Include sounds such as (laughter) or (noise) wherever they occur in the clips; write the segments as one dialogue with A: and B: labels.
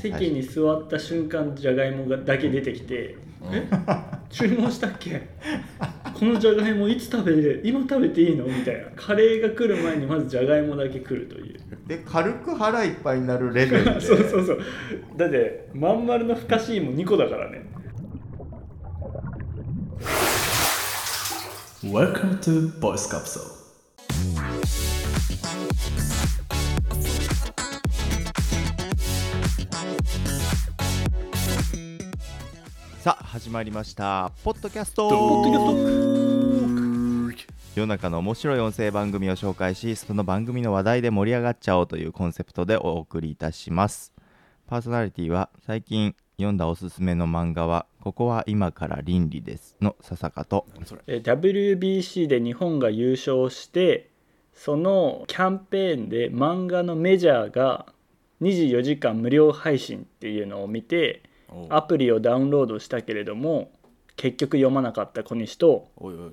A: 席に座った瞬間じゃがいもがだけ出てきて「
B: うん
A: え注文したっけこのじゃがいもいつ食べる今食べていいの?」みたいなカレーが来る前にまずじゃがいもだけ来るという
B: で軽く腹いっぱいになるレベルで
A: そうそうそうだってまん丸のふかしいも2個だからね
C: Welcome to Voice Capsule.
B: (laughs) さあ始まりましたポッドキャスト
A: ポッドキャスト
B: 世の中の面白い音声番組を紹介しその番組の話題で盛り上がっちゃおうというコンセプトでお送りいたしますパーソナリティは最近読んだおすすめの漫画は「ここは今から倫理です」の笹坂と
A: えー WBC で日本が優勝してそのキャンペーンで漫画のメジャーが24時間無料配信っていうのを見て
D: おう
A: アプリをダウンロードしたけれども結局読まなかった小西と
D: おいおい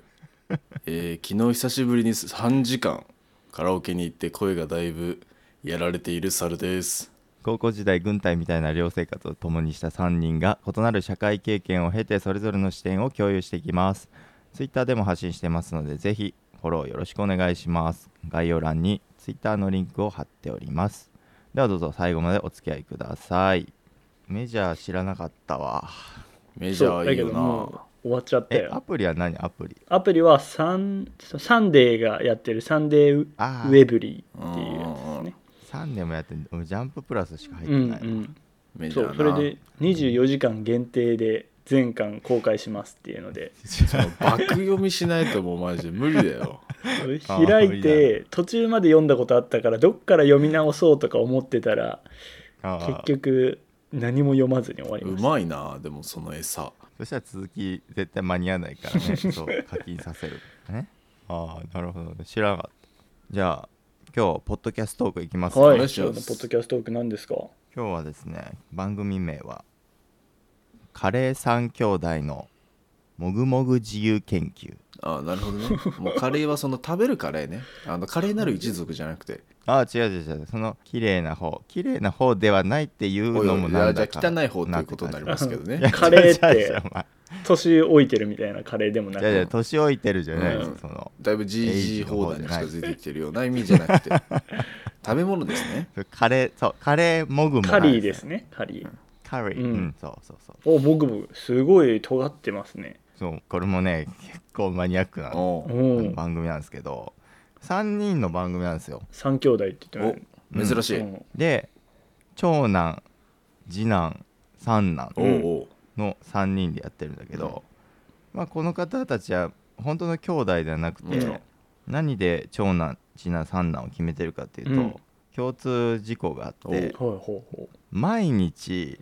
D: (laughs) えー昨日久しぶりに3時間カラオケに行って声がだいぶやられている猿です
B: 高校時代軍隊みたいな寮生活を共にした3人が異なる社会経験を経てそれぞれの視点を共有していきます Twitter でも発信してますのでぜひフォローよろしくお願いします概要欄に Twitter のリンクを貼っておりますではどうぞ最後までお付き合いくださいメジャー知らなかったわ
D: メジャ
A: そう
D: ー
A: だ
D: いい
A: け
D: よ
A: ども
D: な
A: う終わっちゃった
B: えア
A: よ
B: プリは何アプリ
A: アプリはサンサンデーがやってるサンデーウ
B: あー
A: ェブリーっていうやつですね
B: 3年もやってんのジャンププラスしか入っ
A: う
B: て
A: んう
B: ない、
A: ん
D: メジ
A: そ
D: ャ
A: うそ
D: ー
A: れ
D: な
A: で24時間限定で全巻公開しますっていうので
D: バック読みしないともうマジで無理
A: (laughs)
D: だよ
B: ー
A: 開いて途中まで読んだことあったからどっから読み直そうとか思ってたら
B: あー
A: 結局何も読まずに終わり
D: う
A: ました
D: まいなでもその餌
B: そしたら続き絶対間に合わないから (laughs) ねそう課金させるねああなるほどね知らなかったじゃあ今日ポッドキャストトークいきますね、
A: はい
D: お願
A: 今
D: いし
A: 日
D: ます
A: のポッドキャストトーク何ですか
B: 今日はですね番組名は「カレー三兄弟のもぐもぐ自由研究
D: ああなるほ
A: (laughs)
D: どねもうカレーはその食べるカレーねあのカレーなる一族じゃなくて」
B: ああ違う違う違うその綺麗な方綺麗な方ではないっていう
D: おい
B: の
D: おい
B: も
D: い
B: な
D: や
B: ん
D: じゃ
B: だ
D: あ
B: か
D: 汚い方ということになりますけど
B: (laughs)
D: ね
B: いや
A: カレーって
B: 違う違う
A: 年老いてるみたいなカレーでもな
B: お前いやいや
A: く
B: 年老いてるじゃない、
D: うん
B: その
D: だいぶ GG 放題に近づいてきてるような意味じゃ
A: (laughs)
D: なくて食べ物ですね
B: カレーそうカレーもぐもぐ
A: カリーですねカリー
B: カリ
A: う
B: ー、
A: ん
B: うん、そうそうそう
A: おもぐもぐすごい尖ってますね
B: そうこれもね結構マニアックなあ
D: おう
A: お
B: の
A: お
B: 番組なんですけど3人の番組なんですよ
A: 三兄弟って言って
D: お珍しい、
A: うん
B: で長男次男三男
D: おうおう
B: の3人でやってるんだけど、まあ、この方たちは本当の兄弟ではなくて、
D: もちろん
B: 何で長男次男三男を決めてるかっていうと、
A: うん
B: 共通事項があって
A: ほうほうほ
B: 毎日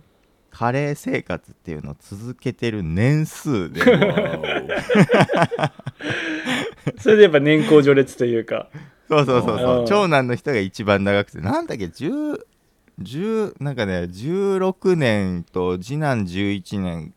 B: カレー生活っていうのを続けてる年数で
D: (laughs)
A: うそれでやっぱ年功序列というか
B: そうそうそう
A: う
B: そ
A: ん
B: う長男の人が一番長くてなんだっけ10 10なんかね16年と次男11年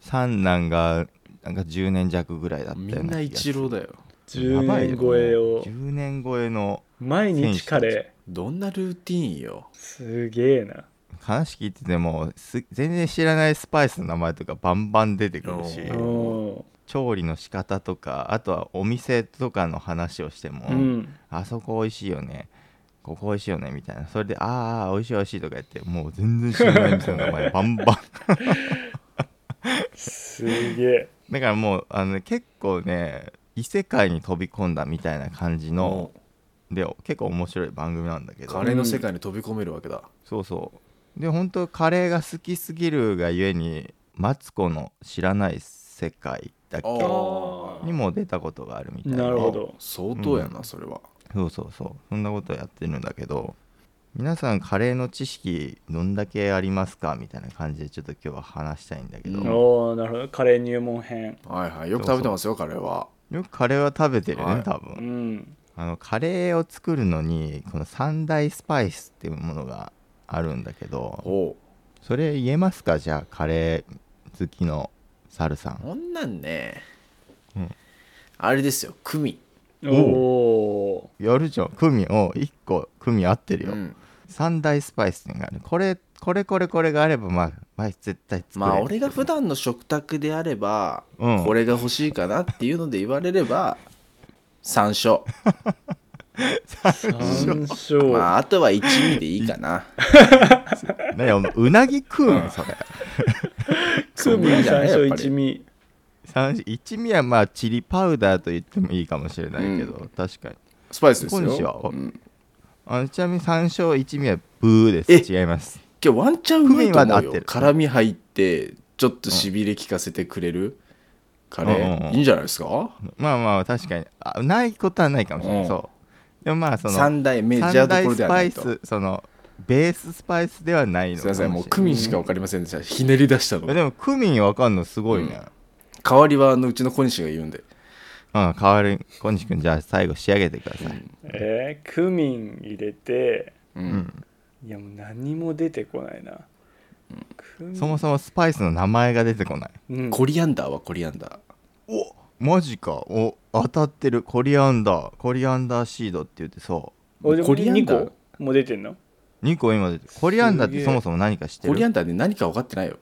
B: 三男がなんか10年弱ぐらいだったよ
D: み
B: ね
D: んな一郎だよ
A: 10年超えを
B: 10年超えの
A: 毎日カレ
D: どんなルーティーンよ
A: ーすげえな
B: 話聞いててもす全然知らないスパイスの名前とかバンバン出てくるし
D: う
A: お
D: ん
A: お
B: 調理の仕方とかあとはお店とかの話をしても、
A: うん
B: あそこ美味しいよねここ美味しいよねみたいなそれであーあー美味しい美味しいとか言ってもう全然知らない店
A: (laughs)
B: の名前バンバン
A: すげえ
B: だからもうあの、ね、結構ね異世界に飛び込んだみたいな感じので結構面白い番組なんだけ
D: カ
B: ど
D: レーの世界に飛び込めるわけだ、
B: そうそうで本当カレーが好きすぎるがゆえにマツコの知らない世界だっけ
A: あ
B: にも出たことがあるみたい
A: なるほど
D: 相当やな、それは
B: そうそうそうそんなことやってるんだけど皆さんカレーの知識どんだけありますかみたいな感じでちょっと今日は話したいんだけど、
D: うん
B: よ
A: おおなるほどカレー入門編
D: はいはいよく食べてますよカレーは
B: くカレーは食べてるよね、
D: はい
B: 多
A: う
B: 分
A: ん
B: あのカレーを作るのにこの三大スパイスっていうものがあるんだけど
D: おう
B: それ言えますかじゃあカレー好きのサルさん
D: こんなんね、
B: うん
D: あれですよクミ、
A: おお
B: やるじゃんクミンを1個クミン合ってるよ、
D: うん
B: 三大スパイスっていうのがあるこれこれこれこれがあればまあ、まあ、絶対作れる
D: まあ俺が普段の食卓であれば、
B: うん
D: これが欲しいかなっていうので言われれば山椒
A: 山椒、
D: まああとは一味でいいかな
B: ねお前うなぎ食うんそれ
A: (laughs) クミン山椒一味
B: 三一味はまあチリパウダーと言ってもいいかもしれないけど、確かに
D: スパイスです
B: 今日は
D: よ、うん
B: あちなみに山椒一味はブーで
D: え
B: す違います
D: 今日ワンチャンうまいと
B: クミン
D: 思
B: は合っ
D: うよ
B: てる
D: 辛み入ってちょっとしびれ効かせてくれるカレー、
B: うんうんうん
D: いいんじゃないですか
B: まあまあ確かにあないことはないかもしれない、
D: うん
B: そうでもまあその
D: 三大メジャー
B: 三
D: どこ
B: 大
D: ろで
B: ス
D: は
B: パ
D: な
B: イ
D: いとす
B: スそのベーススパイスではないの
D: いませんもう
B: か
D: ク
B: もし
D: ミンしか分かりませんでしたひねり出した
B: れない
D: の
B: でもクミンわかんのすごいね、
D: 代わりはあのうちの小西が言うんで
B: うん、代わりに小西君じゃあ最後仕上げてください、
A: えー、クミン入れて
D: うん、
A: いやもう何も出てこないな、クミン
B: そもそもスパイスの名前が出てこない
A: うん
D: コリアンダーはコリアンダー
B: おマジかお当たってるコリアンダーコリアンダーシードって言ってさ
A: おでも
D: コリアンダー
A: 二個も出てんの
B: 2個今出てコリアンダーっ
A: すげ
B: て
A: え
B: そもそも何か知ってる
D: コリアンダーで何か分かってないよ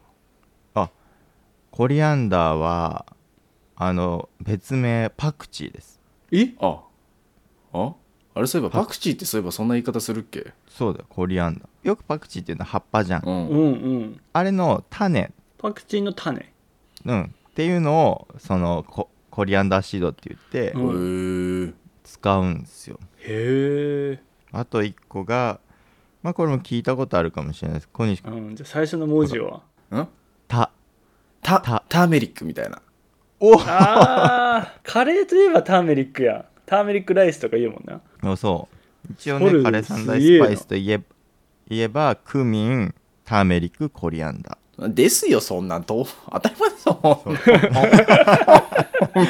B: コリアンダーはあの別名パクチーです
A: え
D: あああれそういえばパクチーってそういえばそんな言い方するっけ
B: そうだよコリアンダーよくパクチーっていうのは葉っぱじゃん、
D: うん、
A: うんうん
B: あれの種、
A: パクチーの種
B: うん、っていうのをそのココリアンダーシードって言って
A: うん
D: へえ
B: 使うんですよ、
A: へえ、
B: あと1個がまあこれも聞いたことあるかもしれないです小西君
A: うん、じゃあ最初の文字は
D: ん
B: タ
D: タ
B: タ
D: ターメリックみたいな
B: お
A: あーカレーといえばターメリックやターメリックライスとか言うもんな
B: おそう一応
A: そ
B: ね
A: れ
B: カレー三大
A: すげえ
B: ス
A: な
B: パイスといえば言えばクミンターメリックコリアンダ
D: ですよそんなんと当たり前ですよ本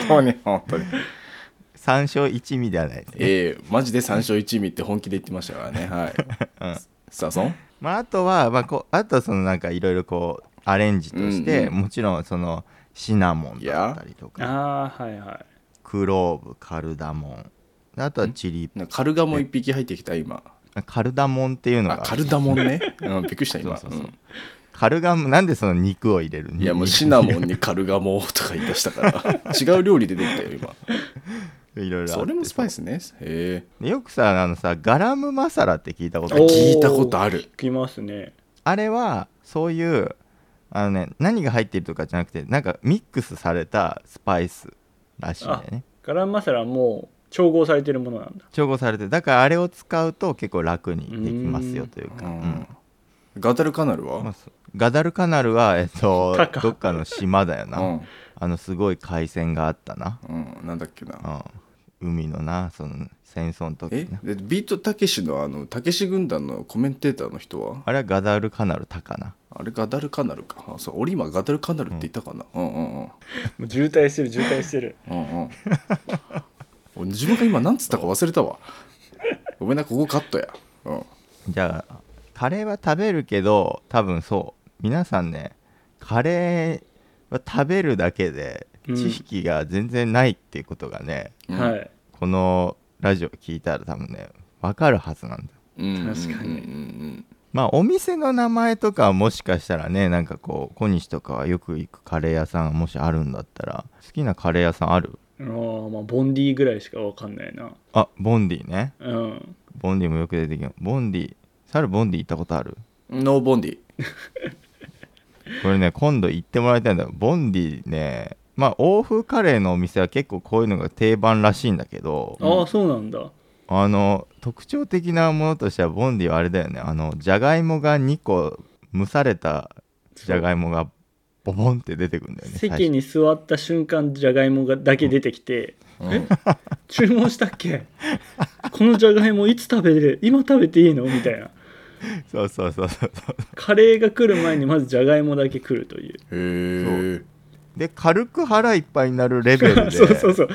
D: 当に本当に
B: ー山椒一味ではないですね、
D: ええマジで三椒一味って本気で言ってましたからねはい、さそん
B: まあ、あとは、まあ、こうあとはそのなんかいろいろこうアレンジとして、
D: うん
B: もちろんそのシナモンだったりとか
A: あーはいはい
B: クローブカルダモンあとはチリ
D: なんかカルガモ一匹入ってきた今
B: カルダモンっていうの
D: あ
B: が
D: カルダモンね、うん、びっくりした今
B: そうそうそうカルガモンなんでその肉を入れる
D: うんいやもうシナモンにカルガモとか言い出したから違う料理で出てきたよ今
B: いろいろあって
D: それもスパイスねへえ
B: でよくさあのさガラムマサラって聞いたことある
A: おー
D: 聞いたことある
A: 聞きますね
B: あれはそういうあのね何が入ってるとかじゃなくてなんかミックスされたスパイスらしいんだよね
A: ガラムマサラはもう調合されてるものなんだ
B: 調合されてだからあれを使うと結構楽にできますよというかうん
D: ガタルカナル
B: まあ
D: は、
B: そうガダルカナルは、えっ
D: (laughs)
B: と
A: タカ、
B: どっかの島だよな、
D: うん
B: あのすごい海鮮があったな、
D: うん、なんだっけな
B: うん、海のなその戦争の
D: え
B: 時な
D: でビートたけしのあのたけし軍団のコメンテーターの人は
B: あれはガダルカナルタカな
D: あれガダルカナルかあそう俺今ガダルカナルって言ったかな、うん、うんうん
A: もう渋滞してる渋滞してる
D: うんうん (laughs) 俺自分が今何つったか忘れたわごめんなここカットやうん
B: じゃあカレーは食べるけど多分そう皆さんねカレーは食べるだけで
A: うん
B: 知識が全然ないっていうことがね、
D: うん
A: はい
B: このラジオ聞いたら多分ね分かるはずなんだ
D: うん
A: 確かに
D: うん
B: まあお店の名前とかはもしかしたらねなんかこう小西とかはよく行くカレー屋さんがもしあるんだったら好きなカレー屋さんある
A: あーまあボンディぐらいしかわかんないな
B: あボンディね
A: うん
B: ボンディもよく出てきますボンディサルボンディ行ったことある
D: うんうんノーボンディ
B: これね今度行ってもらいたいんだボンディねまあ欧風カレーのお店は結構こういうのが定番らしいんだけど
A: ああそうなんだ
B: あの特徴的なものとしてはボンディはあれだよねあのじゃがいもが2個蒸されたじゃがいもがボボンって出てくるんだよね最初
A: 席に座った瞬間じゃがいもがだけ出てきて、え注文したっけ (laughs) このじゃがいもいつ食べる今食べていいのみたいな
B: そうそうそうそう
A: カレーが来る前にまずじゃがいもだけ来るという
D: へえ
B: で軽く腹いっぱいになるレベルで
A: (laughs) そうそうそう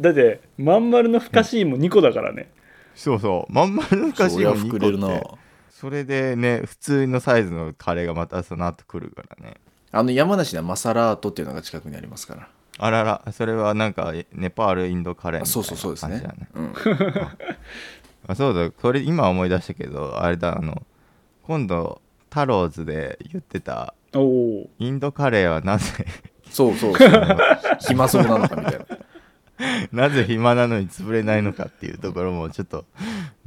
A: だってまん丸のふかしいも2個だからね
B: そうそうまんまるの
D: そ
B: かし
D: り
B: ら
D: ゃ
B: 2個っ
D: 膨れるな
B: てそれでね普通のサイズのカレーがまたその後来るからね
D: あの山梨にはマサラートっていうのが近くにありますから
B: あららそれはなんかネパールインドカレーみたいな
D: そうそうそうです
B: 感じ
D: ね
B: だね
D: うん
B: あそうだそれ今思い出したけどあれだあの今度タローズで言ってた
A: おお
B: インドカレーはなぜ (laughs)
D: そうそうそう暇そうなのかみたいな
B: なぜ暇なのに潰れないのかっていうところもちょっと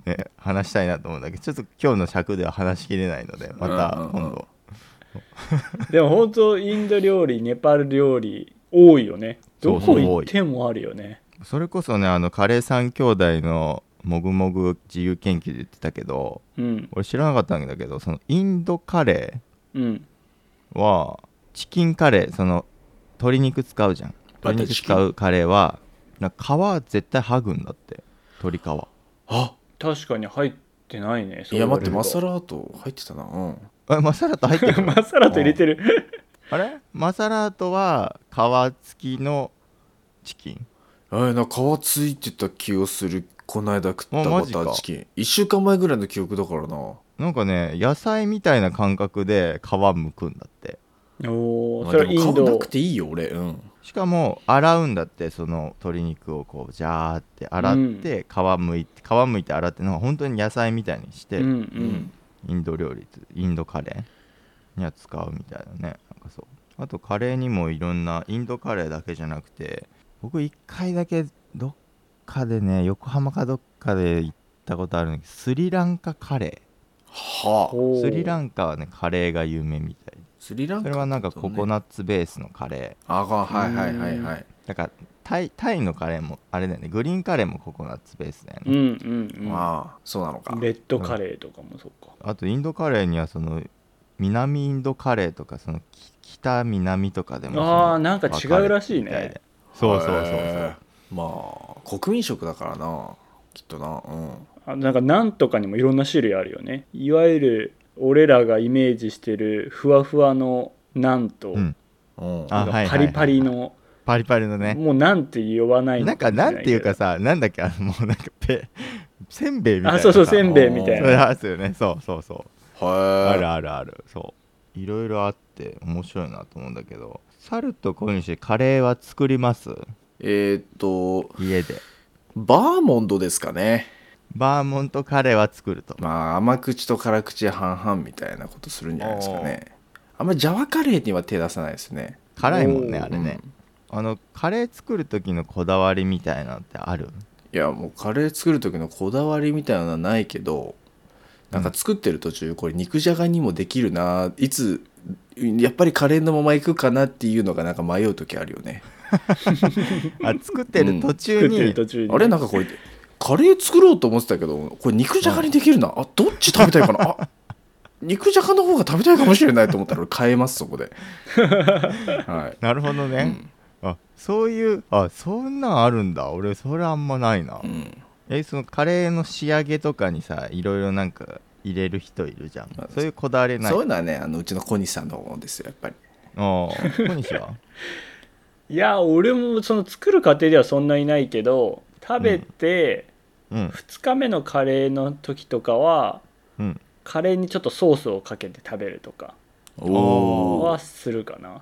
B: ね話したいなと思うんだけどちょっと今日の尺では話しきれないのでま
D: うんうんう
B: た
D: ん
B: 今度
D: (laughs)
A: でも本当インド料理ネパール料理多いよねど
B: そう
A: こ
B: そう
A: 行ってもあるよね
B: それこそねあのカレー三兄弟のもぐもぐ自由研究で言ってたけど
A: うん
B: 俺知らなかったんだけどそのインドカレ
A: うん
B: ーはチキンカレーその鶏肉使うじゃん
D: バター
B: 鶏肉
D: チキン
B: 使うカレーはなんか皮絶対剥ぐんだって鶏皮
D: あ
A: 確かに入ってないね
D: いや待ってマサ
A: ラ
D: ラート入ってたなうん
B: えマサラと入って
A: (laughs)
B: る
D: (laughs)
A: マサラと入れてる
B: あれマサラートは皮付きのチキン
D: えなんか皮ついてた気がするこないだ食ったバ
B: あ
D: タ
B: マジか
D: ーチキン1週間前ぐらいの記憶だからな
B: なんかね野菜みたいな感覚で皮むくんだって
A: お
D: ま
A: お
D: あ
A: それは
D: で
A: イ
D: も
A: ン
D: 皮な
A: ド
D: くていいよ俺うん
B: しかも洗うんだってその鶏肉をこうジャーって洗って皮むいて皮むいて洗ってなんか本当に野菜みたいにして、
A: うんう
D: うんん
B: インド料理ってインドカレーには使うみたいなねなんかそうあとカレーにもいろんなインドカレーだけじゃなくて僕一回だけどっかでね横浜かどっかで行ったことあるんだけどスリランカカレ
D: はあ
B: ースリラ
A: ン
B: ンカはねカレーが有名みたい
D: スリラン
B: そ
D: カ
B: れはなんかココ
D: ッ
B: ナッツベースのカレ
D: あがはいはいはいはい
B: ーだからタイタイのカレーもあれだよねグリーンカレーもココナッツベースだよ
A: うん
B: ね、
A: うんうん
D: まあそうなのか
A: レッドカレーとかもそうか
B: あとインドカレーにはその南インドカレーとかそのき北南とかでもその
A: あーなんか違うらしいね
B: 分かれてみたでそうそうそうそう、
D: へえまあ国民食だからなきっとなうん
A: あなんかなんとかにもいろんな種類あるよねいわゆる俺らがイメージしてるふわふわのなんと、
B: うん
D: うん
B: あ
A: なんか
B: はい
A: パ
B: はいはい
A: リパリの
B: パリパリのね
A: もうなんて言わないの
B: なんか
A: もしれ
B: なんていうかさなんだっけあのもうなんかペせんべいみたいな
A: あそうそう
B: さ
A: せんべいみたい
B: それ
A: な
B: あるっすよねそうそうそうあ
D: は
B: るあるあるそういろいろあって面白いなと思うんだけど猿と小西カレーは作ります
D: いえーっと
B: 家で
D: バーモンドですかね
B: バーモントカレーは作ると
D: まあ甘口と辛口半々みたいなことするんじゃないですかねあんまりジャワカレーには手出さないですね
B: 辛いもんね
A: おー
B: あれね、あのカレー作る時のこだわりみたいなのってある
D: いやもうカレー作る時のこだわりみたいなのはないけどなんか作ってる途中これ肉じゃがにもできるないつやっぱりカレーのままいくかなっていうのがなんか迷う時あるよね
B: あ作ってる途中
A: 作って
B: に
A: る途中に
D: あれなんかこれカレー作ろうと思ってたけどこれ肉じゃがにできるな、あどっち食べたいかなあ肉じゃがの方が食べたいかもしれないと思ったら俺変えますそ (laughs) こでは
B: なるほど
D: い、う
B: ね、
D: ん
B: あそういうあそんなんあるんだ俺それあんまないな、
D: うん
B: えそのカレーの仕上げとかにさいろいろなんか入れる人いるじゃん
D: まあ
B: そういうこだわりない
D: そういうのはねあのうちの小西さんの方ですよやっぱり
B: ああ小西
A: (laughs)
B: は
A: いや俺もその作る過程ではそんないないけど食べて
B: うん
A: 2日目のカレーの時とかは
B: うん
A: カレーにちょっとソースをかけて食べるとか
B: お
A: はするかな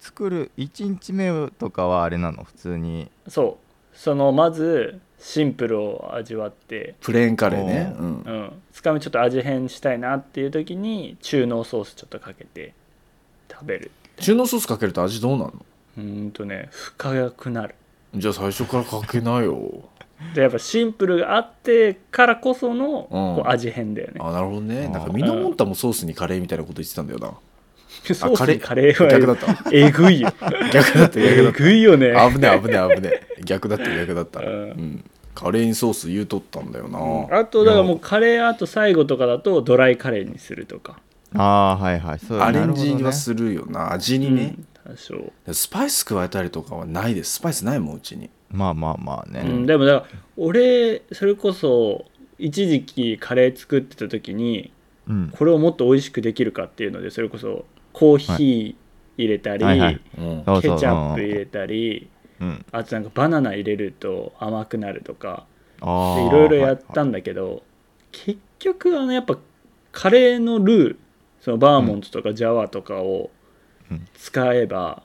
B: 作る1日目とかはあれなの普通に
A: そうそのまずシンプルを味わって
D: プレーンカレーね
B: おー
D: うん
A: うん、つかみちょっと味変したいなっていう時に中濃ソースちょっとかけて食べる
D: 中濃ソースかけると味どうなの
A: うーんとね深くなる
D: じゃあ最初からかけなよ
A: でやっぱシンプルがあってからこその
D: ん
A: こう味変だよね、
D: (laughs)
A: (laughs)
D: あなるほどね
B: あー
D: なんかミノモンタもソースにカレーみたいなこと言ってたんだよな
A: ソース
D: カレー
A: にカレー
D: 逆だっ
A: は
D: た (laughs)
A: えぐいよ
D: 逆だった逆だ
A: え
D: っ
A: ぐいよね
D: (laughs) た危ねえ危ねえ危ねえ逆だった逆だった、
A: う
D: うんんカレーにソース言うとったんだよな、
A: あとだからもうカレーあと最後とかだとドライカレーにするとか、
B: ああはいはいそう
D: アレンジ
B: なるほど
D: は
B: ね
D: するよな味
A: う
D: にね
A: ん、、多少、
D: スパイス加えたりとかはないですスパイスないもんうちに
B: まあまあまあね、
A: うん、でもだから俺それこそ一時期カレー作ってた時に
B: うん
A: これをもっと美味しくできるかっていうのでそれこそコーヒー入れたり、
B: はいはい
D: うん
B: そう
A: ケ
B: そう
A: チャップ入れたり
B: うんうん
A: あとなんかバナナ入れると甘くなるとか
B: あ
A: で
B: あ
A: いろいろやっ
B: は
A: たんだけど、結局あのやっぱカレーのルーそのバーモントとかジャワとかを
B: うん
A: 使えば、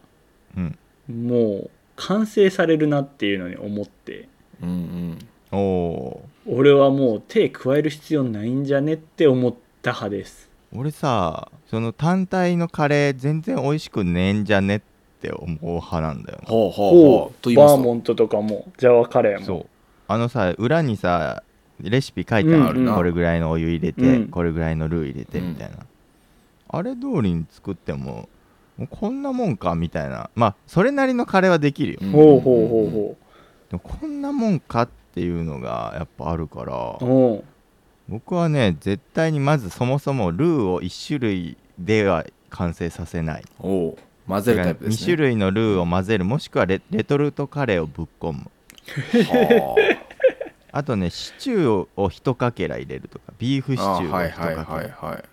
B: いはいうん
A: もう完成されるなっていうのに思って
D: うんうん
B: おお
A: 俺はもう手加える必要ないんじゃねって思った派です
B: 俺さその単体のカレー全然美味しくねえんじゃねって思う派なんだよ
D: ほうほう
A: ほ
D: ほう。と
A: う
D: 言いま
A: バ
D: す
A: ー
D: と
A: モントとかもジャワカレー
B: そ
A: も
B: うあのさ裏にさレシピ書いてある、
A: うんうん
B: これぐらいのお湯入れて、
A: うん
B: これぐらいのルー入れてみたいな、あれ通りに作ってももうこんなもんかみたいなまあそれなりのカレーはできるよ、
D: うん
A: ほうほうほうほ
B: でもこんなもんかっていうのがやっぱあるから
A: ううん
B: 僕はね絶対にまずそもそもルーを1種類では完成させない
D: おう混ぜるタイプですね。
B: 2種類のルーを混ぜるもしくはレレトルトカレーをぶっ込む
D: は
B: あとねシチューをを一かけら入れるとかビーフシチ
D: ああ
B: ューを
D: はい
B: 一か
D: は
B: け
D: い
B: ら
D: はいはい。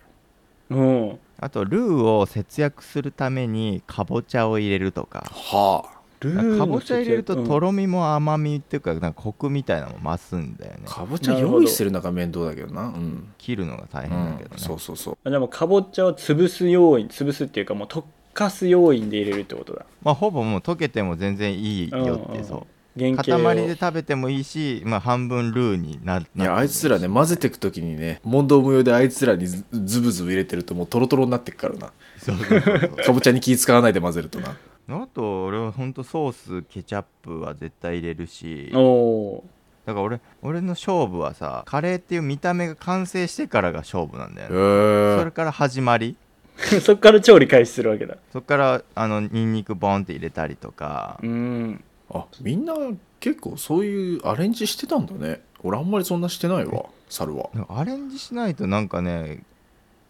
A: うん
B: あとルーを節約するためにかぼちゃを入れるとか
D: は
A: ルーの
B: かぼちゃ入れると
A: 節約
B: とろみも甘みっていうかなんかコクみたいなのも増すんだよね
D: あ。かぼちゃ用意するのが面倒だけどな。うん。
B: 切るのが大
D: う
B: 変だけ
D: ん
B: ど、ね、
D: そうそうそう。
A: うんあでもかぼちゃを潰す要因潰すっていうかもう溶かす要因で入れるってことだ
B: まあほぼもう溶けても全然いい
A: う
B: よ
A: ん
B: っ
A: う
B: て
A: ん
B: そ
A: 原
B: う
A: 型を
B: 塊で食べてもいいし、まあ、半分ルーになる
D: いやあいつらね混ぜてく時にね問答無用であいつらにズズブズブ入れてるともうトロトロになってくからな
B: そうそうそうそう
D: かぼちゃに気使わないで混ぜるとな
B: あと俺はほんとソースケチャップは絶対入れるし
A: おお
B: だから俺俺の勝負はさカレーっていう見た目が完成してからが勝負なんだよ
D: へ
B: ね (laughs) それ
D: え
B: から始まり
A: ー (laughs) そっから調理開始するわけだ
B: そっからあのニンニクボンって入れたりとか
A: うん
D: あみんな結構そういうアレンジしてたんだね俺あんまりそんなしてないわ猿は
B: なんかアレンジしないとなんかね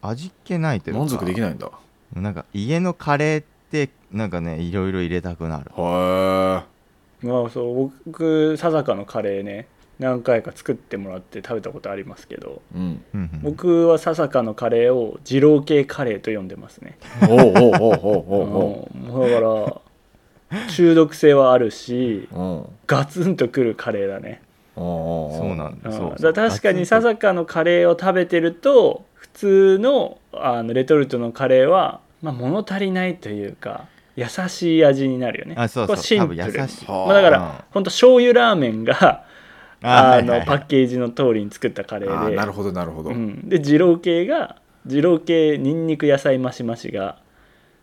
B: 味っ気ないというか
D: 満足でき
B: な
D: ないんだへ
B: いなんか家のカレーってなんかねいろいろ入れたくなる
D: え
A: まあそう僕ささかのカレーね何回か作ってもらって食べたことありますけど
D: うん
B: うんうん
A: 僕はささかのカレーを二郎系カレーと呼んでますね
D: おうおうおうおうおう
A: うんだから中毒性はあるし
D: おううん
A: ガツンとくるカレーだね
D: おお
B: そうなん
A: う
B: だ
A: ん
B: そう
A: だから確かにささかのカレーを食べてると普通のあのレトルトのカレーは、まあ、物足りないというか優しい味になるよね
B: あそう
A: こ
B: そ
A: れ
B: う
A: シン
B: 多
A: プ
B: 分優
A: ル
B: しい
D: はあ
A: まあだから
B: うん
A: 本当醤油ラーメンが
B: あ
A: あ
B: はいはいは
A: の
B: い
A: パッケージの通りに作ったカレ
D: あ
A: ー
D: ー
A: で
D: なるほどなるほど、
A: うん、で二郎系が二郎系にんにく野菜増し増しが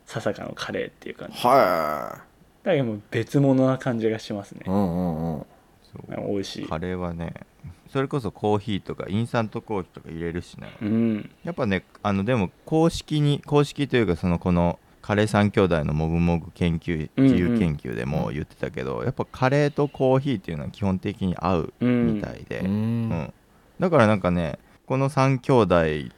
A: ささかのカレーっていう感じ
D: は
A: だけどもう別物な感じがしますね
D: い、うんうんうん
B: そう
A: 美味しい
B: カレーはねそれこそコーヒーとかインスタントコーヒーとか入れるしね
A: うん
B: やっぱねあのでも公式に公式というかそのこのカレー三兄弟のもぐもぐ研究
A: うんうん
B: 自由研究でも言ってたけど、やっぱカレーとコーヒーっていうのは基本的に合う
A: うん
B: みたいで、
D: う
B: うん
D: ん
B: だからなんかねこの三兄弟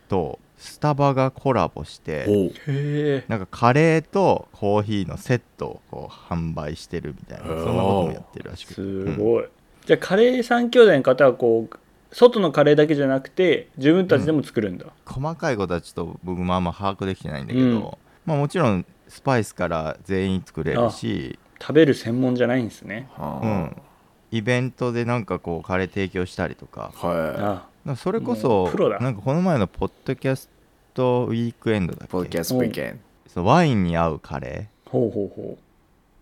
B: とスタバがコラボして
D: おう
A: へえ
B: なんかカレーとコーヒーのセットをこう販売してるみたいなそんなこともやってるらしくて
A: す
B: うん
A: ごい、じゃあカレー三兄弟の方はこう外のカレーだけじゃなくて自分たちでも作るんだ、
B: 細かいことはちょっと僕もあんま把握できてないんだけど、
A: うん
B: まあ、もちろんスパイスから全員作れるし
A: 食べる専門じゃないんですね
D: は
B: う
D: あ
B: ん、イベントでなんかこうカレー提供したりとか
D: は
A: あ
B: なんかそれこ
A: も
B: そう
A: プロだ
B: なんかこの前のポッドキャストウィークエンドだ
D: いポッ
B: っ
D: ドキ
B: け
D: ャストウィーケン
B: そのワインに合うカレー
A: ほうほうほう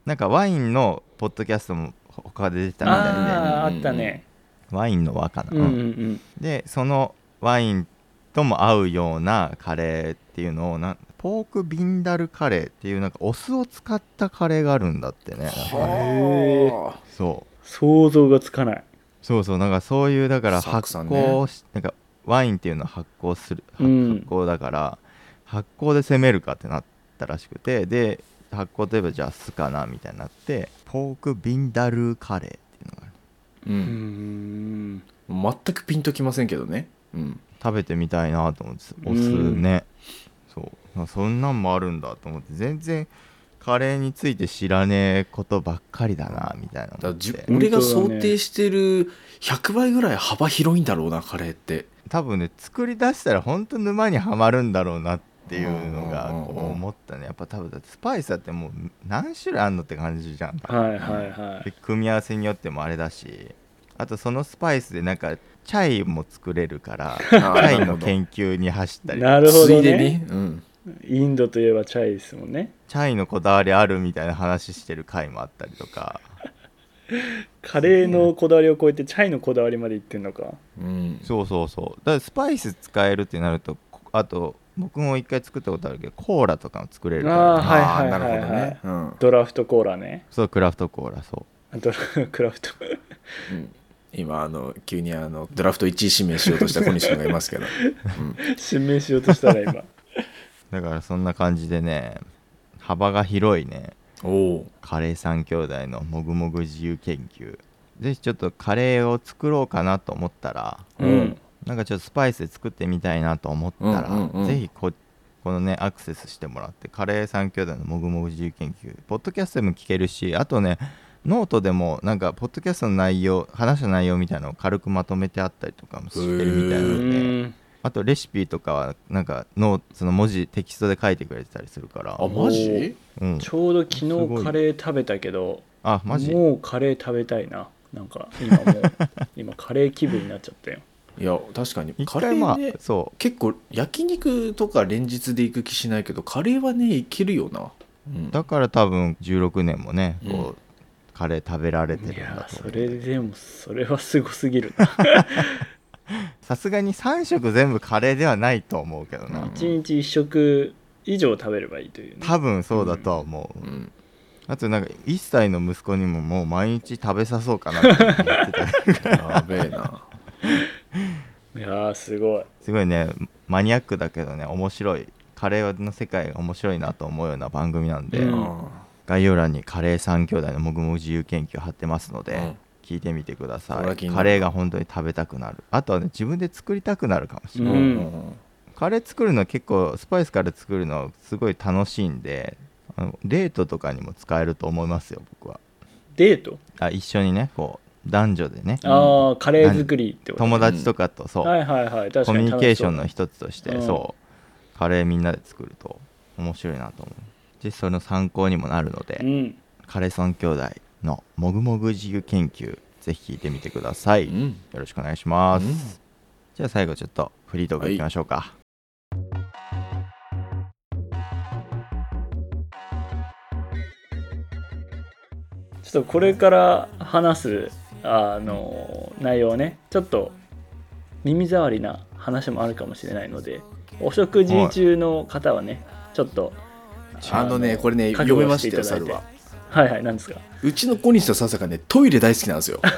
B: なんかワインのポッドキャストも他で出てたみたいで
A: ああ
D: うん
A: ーあ
D: うんうん
A: ったね
B: ワインの和かな、
A: うんうんうん
B: でそのワインとも合うようなカレーっていうのをなんポークビンダルカレーっていうなんかお酢を使ったカレーがあるんだってねなんかね
A: へ
D: は
B: そう
A: 想像がつかない
B: そうそうなんかそういうだから
D: サク
B: 発
D: さんね
B: 酵し、なんかワインっていうのは発酵する
A: う
B: は発
A: ん
B: 酵だから、発酵で攻めるかってなったらしくてで発酵といえばじゃあ酢かなみたいになってポークビンダルーカレーっていうのがある
D: う
A: うー
D: ん
A: ん
D: 全くピンときませんけどねうん
B: 食べてみたいなと思ってお酢ね、そうあそんなんもあるんだと思って全然カレーについて知らねえことばっかりだなみたいな
D: だから
B: 思っ
D: じ
B: て
D: 俺
A: 本
D: が
A: 当
D: 想
A: だね
D: 定してる100倍ぐらい幅広いんだろうなカレーって
B: 多分ね作り出したら本当沼にはまるんだろうなっていうのが
D: うんうんうんうん
B: こう思ったねやっぱ多分だってスパイスだってもう何種類あんのって感じじゃん
A: はいはいはい
B: で組み合わせによってもあれだしあとそのスパイスでなんかチャイも作れるからチ
D: (laughs) あ
B: ャイ
D: なる
B: の
D: ほど
B: 研究に走ったり
A: なるほ
D: つ
A: ど
D: いで
A: ね
D: に、うん、
A: インドといえばチャイですもんね
B: チャイのこだわりあるみたいな話してる回もあったりとか
A: カレーのこだわりを超えてチャイのこだわりまでいってんのか
D: うん
B: そうそうそうだからスパイス使えるってなるとこあと僕も一回作ったことあるけどコーラとかも作れるから
A: あーはい
D: あー
A: はいはいはい
D: なるほどね
A: ドラフトコーラね
B: そうクラフトコーラそう
A: ドラクラフト (laughs)
D: うん、うん今あの急にあのドラフト1位指名しようとした小西君がいますけど、
A: 指名しようとしたら今
B: だからそんな感じでね幅が広いね
D: うん、おお
B: カレー3兄弟のもぐもぐ自由研究ぜひちょっとカレーを作ろうかなと思ったら
A: うん
B: なんかちょっとスパイスで作ってみたいなと思ったら、
D: うんうんうん
B: ぜひここのねアクセスしてもらってカレー3兄弟のもぐもぐ自由研究ポッドキャストでも聞けるしあとねノートでもなんかポッドキャストの内容話した内容みたいなのを軽くまとめてあったりとかもしてるみたいな
A: う
B: ので、
A: ん
B: あとレシピとかはなんかノーその文字テキストで書いてくれてたりするから
D: あマジ
B: うん、
A: ちょうど昨
B: すご
A: 日
B: い
A: カレー食べたけど
B: あマジ
A: もうカレー食べたいななんか今もう
B: (laughs)
A: 今カレー気分になっちゃったよ
D: いや確かに
B: 一
D: カレー
B: 回まあ
D: ね
B: そ
D: 結構焼肉とか連日で行く気しないけどカレーはねいけるよな、うん
B: うだから多分16年もねこう、
D: うん
B: カレー食べられてるん
A: い
B: だ
A: や
B: と
A: そ
B: 思う
A: れでもそれはすごすぎるな
B: さすがに3食全部カレーではないと思うけどな、
D: うん
A: 1日1食以上食べればいいというね、
B: 多分そうだとは思う、
D: うん
B: あとなんか1歳の息子にももう毎日食べさそうかなって思って
D: (laughs)
B: た
D: やべえな
A: いやーすごい
B: すごいねマニアックだけどね面白いカレーの世界が面白いなと思うような番組なんで、
A: う
D: うんん
B: 概要欄にカレー3兄弟のもぐもぐ自由研究貼ってますので、
D: うん
B: 聞いてみてくださ
D: これはい気になる
B: カレーが本当に食べたくなるあとはね自分で作りたくなるかもしれない、
A: うん
B: カレー作るの結構スパイスから作るのすごい楽しいんであのデートとかにも使えると思いますよ僕は
A: デート
B: あ一緒にねこう男女でね
A: ああカレー作りってこと
B: 友達とかとそう、
A: はいはいはい確かに
B: コミュニケーション
A: 楽
B: の一つとして
A: うん
B: そうカレーみんなで作ると面白いなと思うでその参考にもなるので、
A: しそううん
B: カレー3兄弟のもぐもぐ自由研究ぜひ聞いてみてください、
D: う
B: よ
D: ん
B: ろしくお願いします、
D: うん
B: じゃあ最後ちょっとフリートークいきましょうか、
A: ちょっとこれから話すあの内容ねちょっと耳障りな話もあるかもしれないのでお食事中の方はねちょっと
D: あのねこれね
A: 覚
D: 読
A: 悟
D: めま
A: し
D: して
A: い
D: た
A: だ
D: よ
A: いて
D: 猿は
A: はいはいなんですか
D: うちの小西と笹がねトイレ大好きなんですよ (laughs)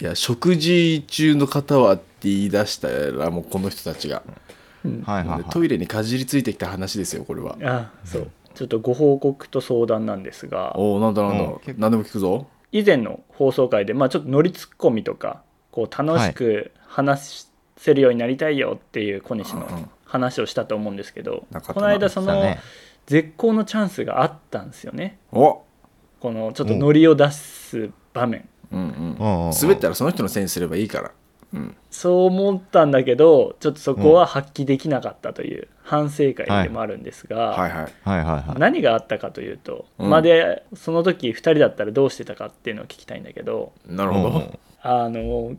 D: いや食事中の方はって言い出したらもうこの人たちが、
B: はいはい、はい、
D: トイレにかじりついてきた話ですよこれは
A: あそうちょっとご報告と相談なんですが
D: おおなんだなんだ
B: うん結構
D: 何でも聞くぞ
A: 以前の放送回で、まあ、ちょっとノリツッコミとかこう楽しく話せるようになりたいよっていう小西
D: うんうん
A: の話をしたと思うんですけど、
D: なかっ
A: こ
D: たな
A: の間そ
B: だ
A: の
B: ね
A: 絶好のチャンスがあったんですよね
D: お
A: このちょっとノリを出す場面
D: うんうん
B: うんうんうん
D: 滑ったらその人のせいにすればいいから
A: そう思ったんだけどちょっとそこは発揮できなかったという反省会でもあるんですが、
D: はいはい
B: はいはいはい
A: 何があったかというと、
D: うん
A: まあでその時2人だったらどうしてたかっていうのを聞きたいんだけど、
D: なる
B: う
D: ほ
B: んう
D: ど
B: ん
A: あの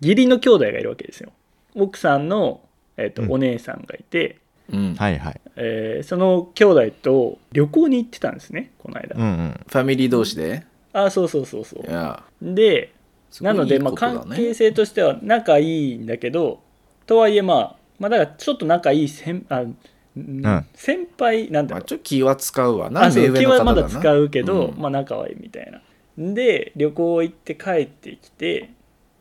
A: 義理の兄弟がいるわけですよ奥さんの、えっと
B: うん
A: お姉さんがいて、
D: うん
B: はいはい
A: えーその兄弟と旅行に行ってたんですねこの間、
B: うんうん
D: ファミリー同士で
A: あそうそうそうそ
D: いや
A: うで
D: すごい
A: なので
D: いい
A: まあ、
D: ことだね
A: 関係性としては仲いいんだけどとはいえまあまあだからちょっと仲いい先あ、うん、先輩なんだ
D: ま
A: ろ
D: あ
A: う
D: ちょっと気は使うわな
A: あそう
D: 目上
A: 気
D: の方
A: は
D: だな
A: まだ使うけど、
D: うん
A: まあ仲はいいみたいなで旅行行って帰ってきて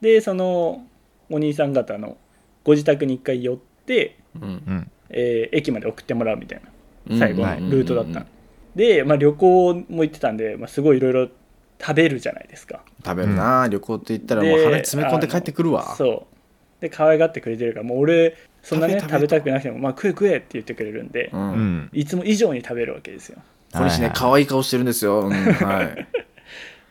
A: でそのお兄さん方のご自宅に一回寄って、
D: うん
B: うん
A: えー駅まで送ってもらうみたい
D: うん
A: な最後
D: うん
A: の
D: うんうんうん
A: ルートだった、で、まあ、旅行も行ってたんで、まあ、すごいいろいろ食べるじゃないですか
D: 食べるな旅行って言ったらもう
A: で
D: 腹に詰め込んで帰ってくるわ
A: そうで可愛がってくれてるからもう俺そんなね
D: 食
A: 食
D: べ
A: べ
D: 食べと
A: たくなくても、まあ、食え食えって言ってくれるんで、
D: うん
B: うん
A: いつも以上に食べるわけですよ
D: 小西
B: はいは
D: ね
B: い
D: 可愛い顔してるんですよう
A: (laughs)
D: んはい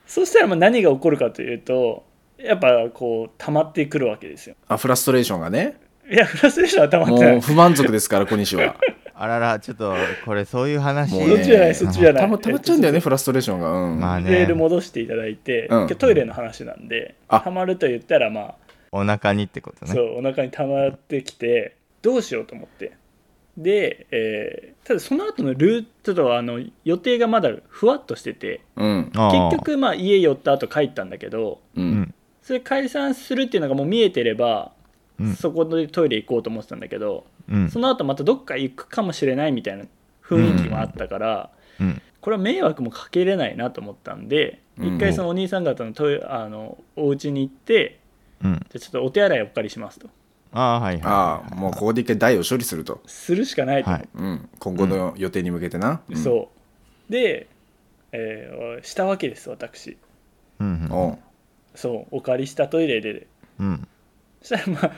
A: そしたらまあ何が起こるかというとやっぱこう溜まってくるわけですよ
D: あフラストレーションがね
A: いやフラストレーションは溜ま
D: も
A: ってないう
D: 不満足ですから小
A: (laughs)
D: 西は
B: あららちょっとこれそういう話
D: もう
A: そっちじゃない
D: ね
A: そっちじゃない
D: たまたまっちゃうんだよねフラストレーションがうん
B: まあ
A: レー
B: ね
A: ル戻していただいて、
D: うん
A: 今日トイレの話なんで
D: あ
A: 溜まると言ったらまあ
B: お腹にってこと
A: そ
B: ね
A: うお腹に溜まってきてどうしようと思ってで、えーただその後のルートとあの予定がまだふわっとしてて
D: うん
B: あー
A: 結局まあ家寄った後帰ったんだけど
D: う
B: うんん
A: それ解散するっていうのがもう見えてれば、
B: うん
A: そこでトイレ行こうと思ってたんだけど、
B: うん
A: その後またどっか行くかもしれないみたいな雰囲気もあったから、
B: うん
A: これは迷惑もかけれないなと思ったんで、
D: うん
A: 一回そのお兄さん方のトイレあのお家に行って
B: うん
A: じゃあちょっとお手洗いお借りしますと
B: ああはいはい
D: ああもうここで一回台を処理すると、
A: するしかないと、
B: はい
D: うん、今後の予定に向けてな、うん、
A: そうで、えーしたわけです私
B: うん
D: おう
A: そうお借りしたトイレで
B: うんうん
A: そしたらまあ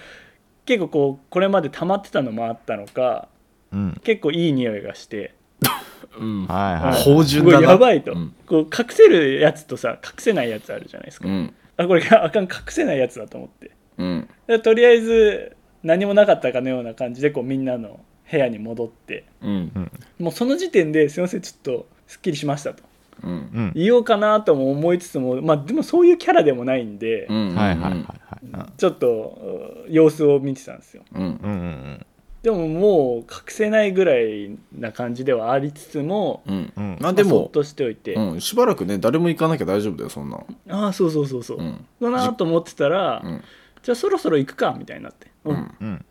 A: 結構こうこれまで溜まってたのもあったのか
B: うん
A: 結構いい匂いがして
D: う
B: は
D: ん
B: い
A: あ
B: はい
A: ほ
D: 芳
A: す
D: 醇
A: ご
D: だ
A: い
D: な
A: やばいと、
D: うん
A: こう隠せるやつとさ隠せないやつあるじゃないですか、
D: うん
A: あこれあかん隠せないやつだと思って
D: うん
A: でとりあえず何もなかったかのような感じでこうみんなの部屋に戻って
D: うん
A: もうその時点ですいませんちょっとすっきりしましたと
D: うん
B: うん
A: 言おうかなとも思いつつもまあでもそういうキャラでもないんで、
D: うん
B: はいはいはいはい
A: ちょっとう様子を見てたんですよ
D: うん
B: うんうん
A: でももう隠せないぐらいな感じではありつつも、
D: うん
B: うんうん
D: まあで
A: まあそっ
D: も、
A: としておいて、
D: うん、しばらくね誰も行かなきゃ大丈夫だよそんなの
A: ああそうそうそうそう、
D: うん
A: だなと思ってたら、
D: うん
A: じゃあそろそろ行くかみたいになって、う
D: うんん
B: うん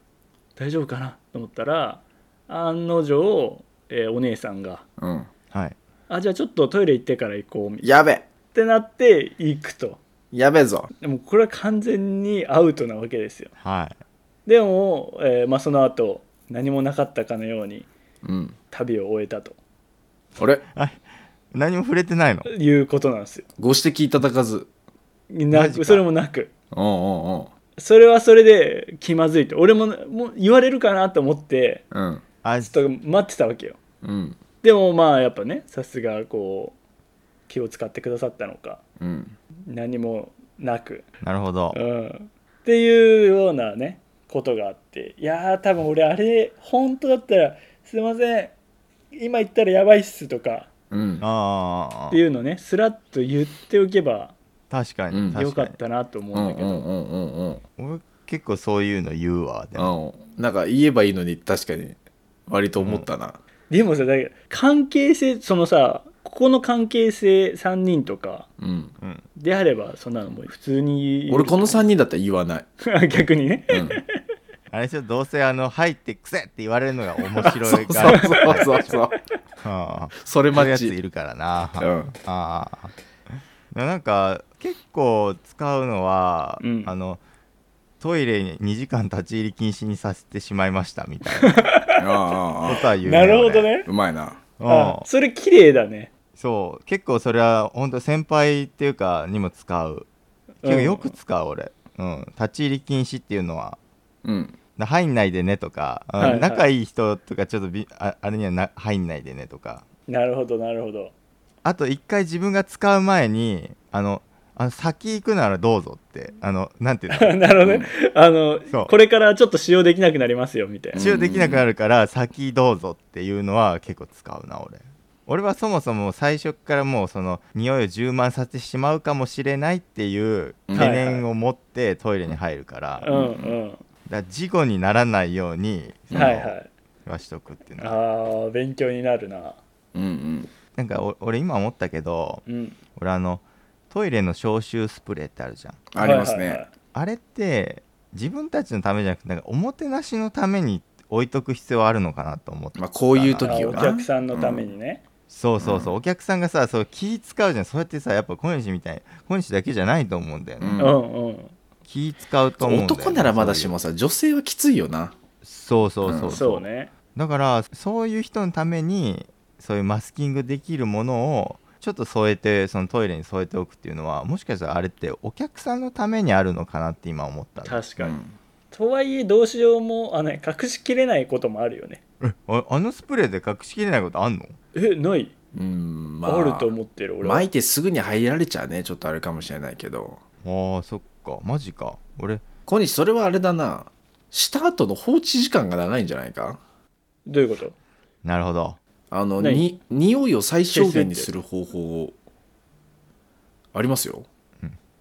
A: 大丈夫かなと思ったら案の定、えーお姉さんが
D: うん
B: はい
A: 「あじゃあちょっとトイレ行ってから行こう」みたいな
D: やべ
A: ってなって行くと
D: やべぞ
A: でもこれは完全にアウトなわけですよ
B: はい
A: でも、えーまあ、その後何もなかったかのように
D: うん
A: 旅を終えたと
D: あれ
B: 何も触れてないの
A: いうことなんですよ
D: ご指摘いただかず
A: な
B: マジ
A: く
B: か
A: それもなく
D: うんうん
A: それはそれで気まずいと俺ももう言われるかなと思って
D: うんうん
B: あ
A: ちょっと待ってたわけよ
D: うん
A: でもまあやっぱねさすがこう気を使ってくださったのか
D: うん
A: 何もなく、
B: なるほど
A: うん、っていうようなねことがあっていやー多分俺あれ本当だったら「すいません今言ったらやばいっす」とか
D: うん
B: ああ
A: っていうのねスラッと言っておけば
B: 確か
D: うん
B: に
A: よ
B: 確
A: か
B: か
A: っ
B: に
A: たなと思
D: う
A: うんだ
D: んうん
A: けど、
D: うんうんうん
B: 俺結構そういうの言うわでも
D: うんなんか言えばいいのに確かに割と思ったな
A: でもさだけど関係性そのさここの関係性3人とか
D: うん
B: うん
A: であればそんなのもう普通に
D: 俺この3人だったら言わない
A: (laughs) 逆にね
D: うん
B: あれでしょどうせあの入ってくせって言われるのが面白いか
D: (laughs) そう
B: ら
D: そうそうそう
B: ああ
D: それ
B: そ
D: マ
B: ういう
D: ッ
B: やつい
D: チ
B: るからな
D: うん
B: ああいやなんか結構使うのは、
A: うん
B: あのトイレに2時間立ち入り禁止にさせてしまいましたみたいなこ
D: ああああ
B: とは言う
D: (laughs)
A: なるほどね
D: うまいな
B: 俺
A: あ
B: うん
A: それ綺麗だね
B: そう結構それは本当先輩っていうかにも使う結構よく使う俺、うん、立ち入り禁止っていうのは
D: うん
B: な入んないでねとか、うん
A: はいはい
B: 仲いい人とかちょっとびああれにはな入んないでねとか
A: なるほどなるほど (laughs)
B: あと一回自分が使う前にあのあの先行くならどうぞってあのなんてい
A: (laughs)
B: うの
A: なるほどね、あの
B: そう
A: これからちょっと使用できなくなりますよみたいな、
B: 中できなくなるから先どうぞっていうのは結構使うな俺俺はそもそも最初からもうその匂いを充満させてしまうかもしれないっていう懸念を持ってトイレに入るから,、
A: うんうん、
B: だから事故にならないようにその
A: はいはい
B: はしとくっていうのは
A: ああ勉強になるな
D: うんうん
B: なんかお俺今思ったけど
A: うん
B: 俺あのトイレの消臭スプレーってあるじゃん
D: あります
A: はいはい
D: ね
B: あれって自分たちのためじゃなくてなんかおもてなしのために置いとく必要あるのかなと思って
D: まあこういう
A: はい
D: 時
A: あ
D: を
A: お
D: な
A: 客さんのためにね、
B: そうそうそう、お客さんがさそう気使うじゃんそうやってさやっぱ小西みたいに小西だけじゃないと思うんだよね、
D: うん
A: うん、うん
B: 気使うと思うんだよね、
D: 男ならまだ
B: そういう
D: しもさ女性はきついよな
B: そうそうそうそう,、
A: そうね
B: だからそういう人のためにそういうマスキングできるものをちょっと添えてそのトイレに添えておくっていうのはもしかしたらあれってお客さんのためにあるのかなって今思ったの
A: 確かに、
D: うん
A: とはいえどうしようもあのね隠しきれないこともあるよね
B: えああのスプレーで隠しきれないことあんの
A: えない、
D: うんま
A: あ、る
D: あ
A: と思ってる俺は
D: 巻いてすぐに入られちゃうねちょっとあれかもしれないけど
B: あーそっかマジか俺
D: 小西それはあれだなした後の放置時間が長いんじゃないか
A: どういうこと
B: なるほど
D: あの
A: 何
D: に匂いを最小限にする方法をありますよ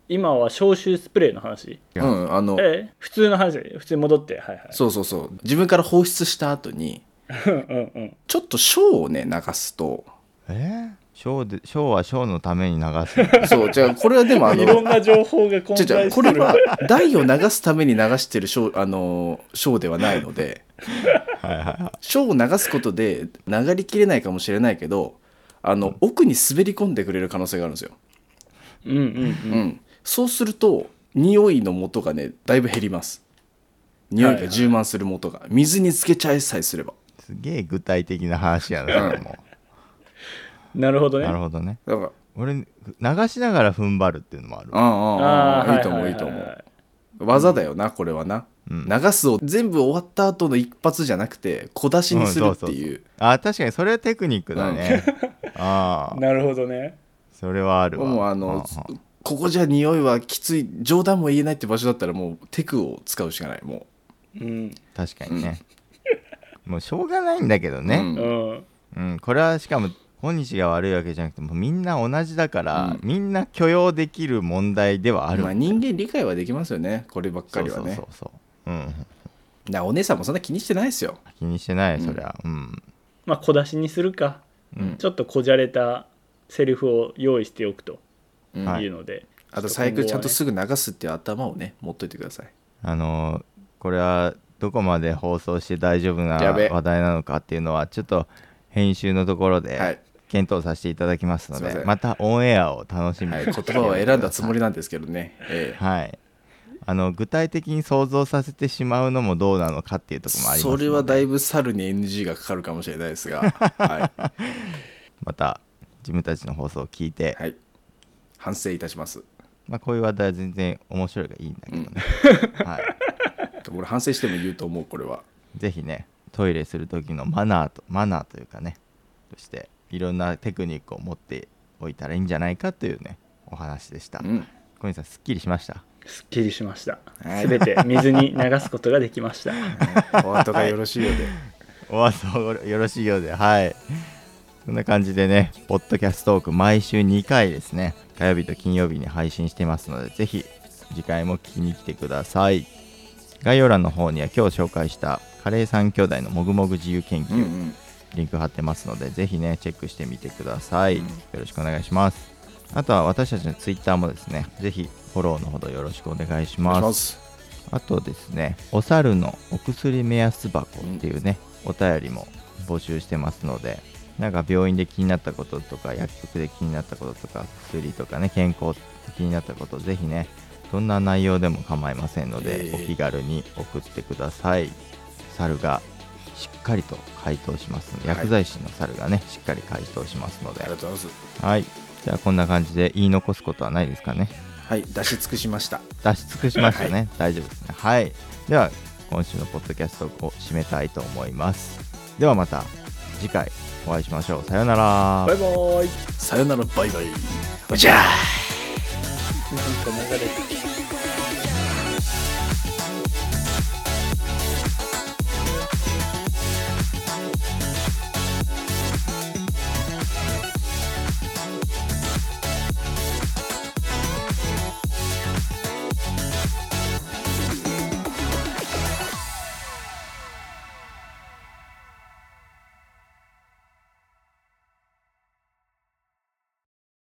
A: 今は消臭スプレーの話
B: いうや
D: んあの
A: ええ普通の話普通に戻ってはいはい
D: そうそうそう自分から放出した後に
A: うんうん
D: ちょっとショーをね流すと
B: えー、ショーでショーはショーのために流 (laughs) す
D: そうじゃあこれはでもあ
A: いろん
D: の
A: な情報が混
D: じ
A: 在
D: ゃじゃ
A: す
D: これ
A: る
D: は台を流すために流してるショーあのショーではないので
B: はいはいは
D: ショーを流すことで流りきれないかもしれないけどあの奥に滑り込んでくれる可能性があるんですよ、
A: うんうん
D: うんそうすると匂いの元がねだいぶ減ります匂いが充満する元が、水につけちゃえさえすれば
B: いすげえ具体的な話やな、
D: うん
B: も
A: うんなるほど
B: う
A: ね
B: なるほどね
D: だから
B: 俺流しながら踏ん張るっていうのもある
D: ああああああいいと思
A: は
D: ういい
A: は
D: と思
A: は
D: う技だよなこれはな、
B: うん
D: 流すを全部終わった後の一発じゃなくて小出しにするっていう
B: あ確かにそれはテクニックだね、 (laughs) ああ
A: なるほどね
B: それはあるわ
D: もうあの
B: ああ
D: ここじゃ匂いはきつい冗談も言えないって場所だったらもうテクを使うしかないも
A: うん
B: 確かにね、もうしょうがないんだけど
D: う、う
B: ね、
D: ん
A: うん
B: うんこれはしかも本日が悪いわけじゃなくてもうみんな同じだから、
D: う
B: みんな許容できる問題ではある
D: まあ、人間理解はできますよねこればっかりは
B: そう
D: ね
B: そうそうそううん
D: なお姉さんもそんな気にしてないですよ
B: 気にしてないよ
D: うん
B: そりゃうん、
A: まあ小出しにするか、
B: うん
A: ちょっとこじゃれたセリフを用意しておくと
D: うん
B: はいいう
A: ので、
D: あと細工ちゃんと
A: ち
D: すぐ流すっていう頭をね持っといてください
B: あのーこれはどこまで放送して大丈夫な
D: やべ
B: 話題なのかっていうのはちょっと編集のところ
D: はい
B: で検討させていただきますの
D: すい
B: で、
D: ません
B: またオンエアを楽しみに
D: はい、
B: して
D: 言
B: おいてください、
D: 葉を選んだつもりなんですけどね、え
B: はいあの具体的に想像させてしまうのもどうなのかっていう
D: え
B: ところもあります
D: そ
B: ので
D: れはだいぶ猿に NG がかかるかもしれないですが、はい
B: また自分たちの放送を聞いて、
D: はい、反省いたします
B: まあ、こういう話題は全然面白いがいいんだけどね、
D: (laughs)
B: はい、
D: 俺反省しても言うと思うこれは
B: ぜひねトイレする時のマナーとマナーというかねそしていろんなテクニックを持っておいたらいいんじゃないかというねお話でした
D: うん
B: 小西さんすっきりしました
A: すっきりしました
D: はい
A: すべて水に流すことができま
D: (laughs)
A: した
D: お後がよろしいようで
B: おわそうよろしいようではいそんな感じでねポッドキャストトーク毎週2回ですね火曜日と金曜日に配信してますのでぜひ次回も聞きに来てください概要欄の方には今日紹介したカレー三兄弟のもぐもぐ自由研究、
D: うんうん
B: リンク貼ってますので、ぜひね、チェックしてみてください。
D: うん
B: よろしくお願いします。あとは私たちのツイッターもですね、ぜひフォローのほどよろしくお願いし
D: お願
B: ま
D: い
B: す。
D: しま
B: あ
D: す
B: とですね、お猿のお薬目安箱っていうね、お便りも募集してますので、なんか病院で気になったこととか、薬局で気になったこととか、薬とかね、健康で気になったこと、ぜひね、どんな内容でも構いませんので、
D: ええ
B: お気軽に送ってください。猿がしっかりと回答しますので、
D: はい
B: 薬剤師の猿がね、しっかり回答しますの
D: あ
B: で
D: りが、とうございます
B: はい。じゃあ、こんな感じで言い残すことはないですかね。
D: はい出し尽くしました
B: 出し尽くしましたね、 (laughs) 大丈夫ですねはいでは今週のポッドキャストを締めたいと思いますではまた次回お会いしましょうさようなら
A: バイバーイ
D: さよならバイバイじゃあ
A: なんか
E: 「君の声が聞こえ
A: 流れて
E: てる」